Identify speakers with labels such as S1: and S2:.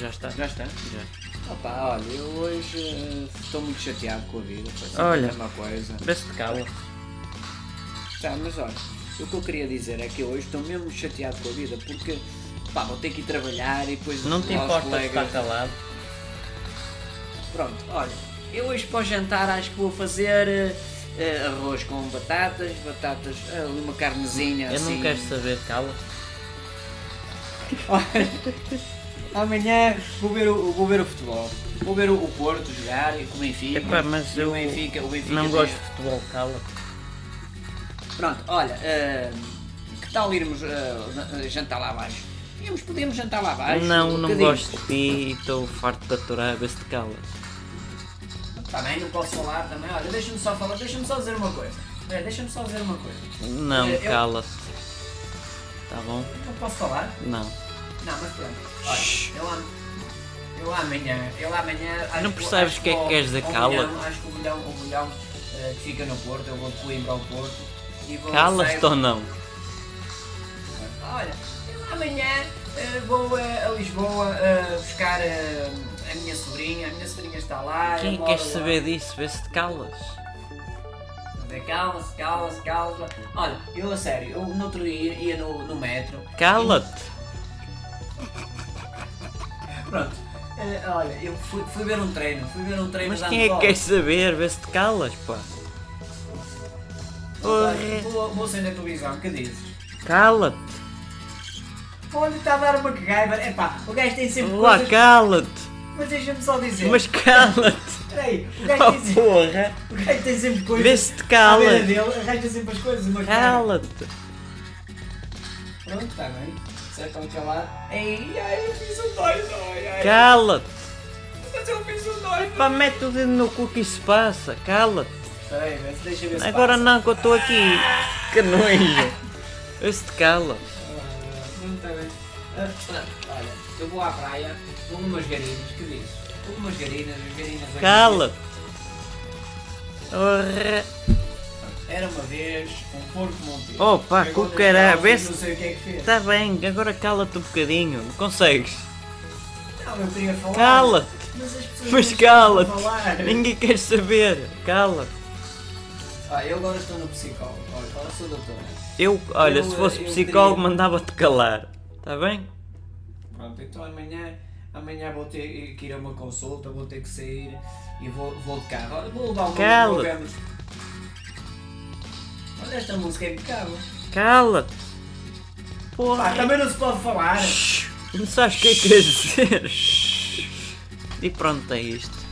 S1: Já está.
S2: Já está?
S1: Já.
S2: Opa, olha, eu hoje eh, estou muito chateado com a vida, foi sempre
S1: Olha.
S2: a mesma coisa.
S1: Vê-se de cala.
S2: Tá, mas olha, o que eu queria dizer é que eu hoje estou mesmo chateado com a vida porque pá, vou ter que ir trabalhar e depois
S1: Não te
S2: aos
S1: importa de
S2: colegas.
S1: estar calado.
S2: Pronto, olha, eu hoje para o jantar acho que vou fazer eh, eh, arroz com batatas, batatas, eh, uma carnezinha
S1: Eu
S2: assim.
S1: não quero saber, cala.
S2: Amanhã vou ver o, vou ver o futebol. Vou ver o, o Porto jogar e é com o Benfica.
S1: Epá, mas
S2: E
S1: eu
S2: o Benfica, é o Benfica
S1: não
S2: tem-
S1: gosto de futebol, cala.
S2: Pronto, olha, ah, que tal irmos ah, jantar lá abaixo? Íamos, podíamos jantar lá abaixo.
S1: não,
S2: um
S1: não
S2: bocadinho.
S1: gosto de ti e estou farto de aturar, vê-se de cala.
S2: Também Tá não posso falar também. Olha, deixa-me só falar, deixa-me só dizer uma coisa. Espera, Deixa-me só dizer uma coisa.
S1: Não,
S2: Eu-
S1: cala-te. Tá bom?
S2: Não posso falar?
S1: Não.
S2: Não, mas pronto. Olha, eu, am- eu amanhã, eu amanhã. acho
S1: Não percebes
S2: acho
S1: o que é que
S2: ao-
S1: queres dizer,
S2: ao
S1: cala-te.
S2: milhão, Acho que o milhão, o milhão eh, que fica no Porto, eu vou de Coimbra ao Porto. e vou-
S1: Calas-te
S2: saio-
S1: ou não?
S2: Olha, eu amanhã eh, vou eh, a Lisboa eh, buscar eh, a minha sobrinha. A minha sobrinha está lá. eu
S1: Quem
S2: moro
S1: quer
S2: lá.
S1: saber disso? Vê-se de calas.
S2: Calma-se, calma-se, calma-se. Olha, eu a sério, eu no outro dia ia no, no metro.
S1: Cala-te!
S2: Pronto. eh, olha, eu fui, fui ver um treino, fui ver um treino
S1: Mas
S2: de
S1: quem é que
S2: handball.
S1: quer saber? Vê-se de calas, pá.
S2: Olha, Vou, vou sair da televisão, que dizes?
S1: Cala-te!
S2: Olha, está a dar uma cagaiba. Epá, o gajo tem sempre
S1: Lá,
S2: coisas...
S1: cala-te!
S2: Mas deixa-me só dizer.
S1: Mas cala-te!
S2: Peraí, o gajo tem
S1: Oh,
S2: sempre,
S1: porra!
S2: o gajo tem sempre coisas...
S1: Vê-se de
S2: à
S1: cala!
S2: beira dele, arranja sempre as coisas, uma cagaiba.
S1: Cala-te!
S2: Pronto, tá, né? está bem. Será que estão calado? Ei, ai, eu fiz um dois, ai, ai.
S1: Cala-te!
S2: Mas eu fiz um dois.
S1: Pá, mete o dedo no cu que isso se passa! Cala-te!
S2: Peraí, mas deixa eu ver se
S1: Agora
S2: passa.
S1: não, que eu estou aqui! Que nojo! Vê-se de calas!
S2: Muito bem. né? Ah, Olha, eu vou à praia, vou umas garinas, que dizes? Vou umas garinas, as garinas... aqui.
S1: Cala-te! Orra!
S2: Era uma vez um porco monteiro.
S1: Opa,
S2: Pegou nas
S1: cucará,
S2: calças,
S1: vê-se-
S2: Não sei o que é que fez.
S1: Tá bem, agora cala-te um bocadinho. Consegues?
S2: Não, eu queria falar.
S1: Cala-te!
S2: Mas as pessoas
S1: Mas
S2: não
S1: cala-te!
S2: querem falar.
S1: Ninguém quer saber! Cala-te!
S2: Ah, eu agora estou no psicólogo. Olha, eu sou doutora.
S1: Eu, olha,
S2: Eu,
S1: se fosse
S2: eu
S1: psicólogo
S2: queria-
S1: mandava-te calar. Tá bem?
S2: Pronto, então amanhã, amanhã vou ter que ir a uma consulta, vou ter que sair e vou, vou de carro. Olha, vou levar o meu-
S1: Cala-te.
S2: meu Vênus. Olha, esta música é impecável.
S1: Cala-te!
S2: Ah,
S1: Porra!
S2: também não se pode falar.
S1: Shhh, Não sabes o que é que queres dizer? E pronto, é isto.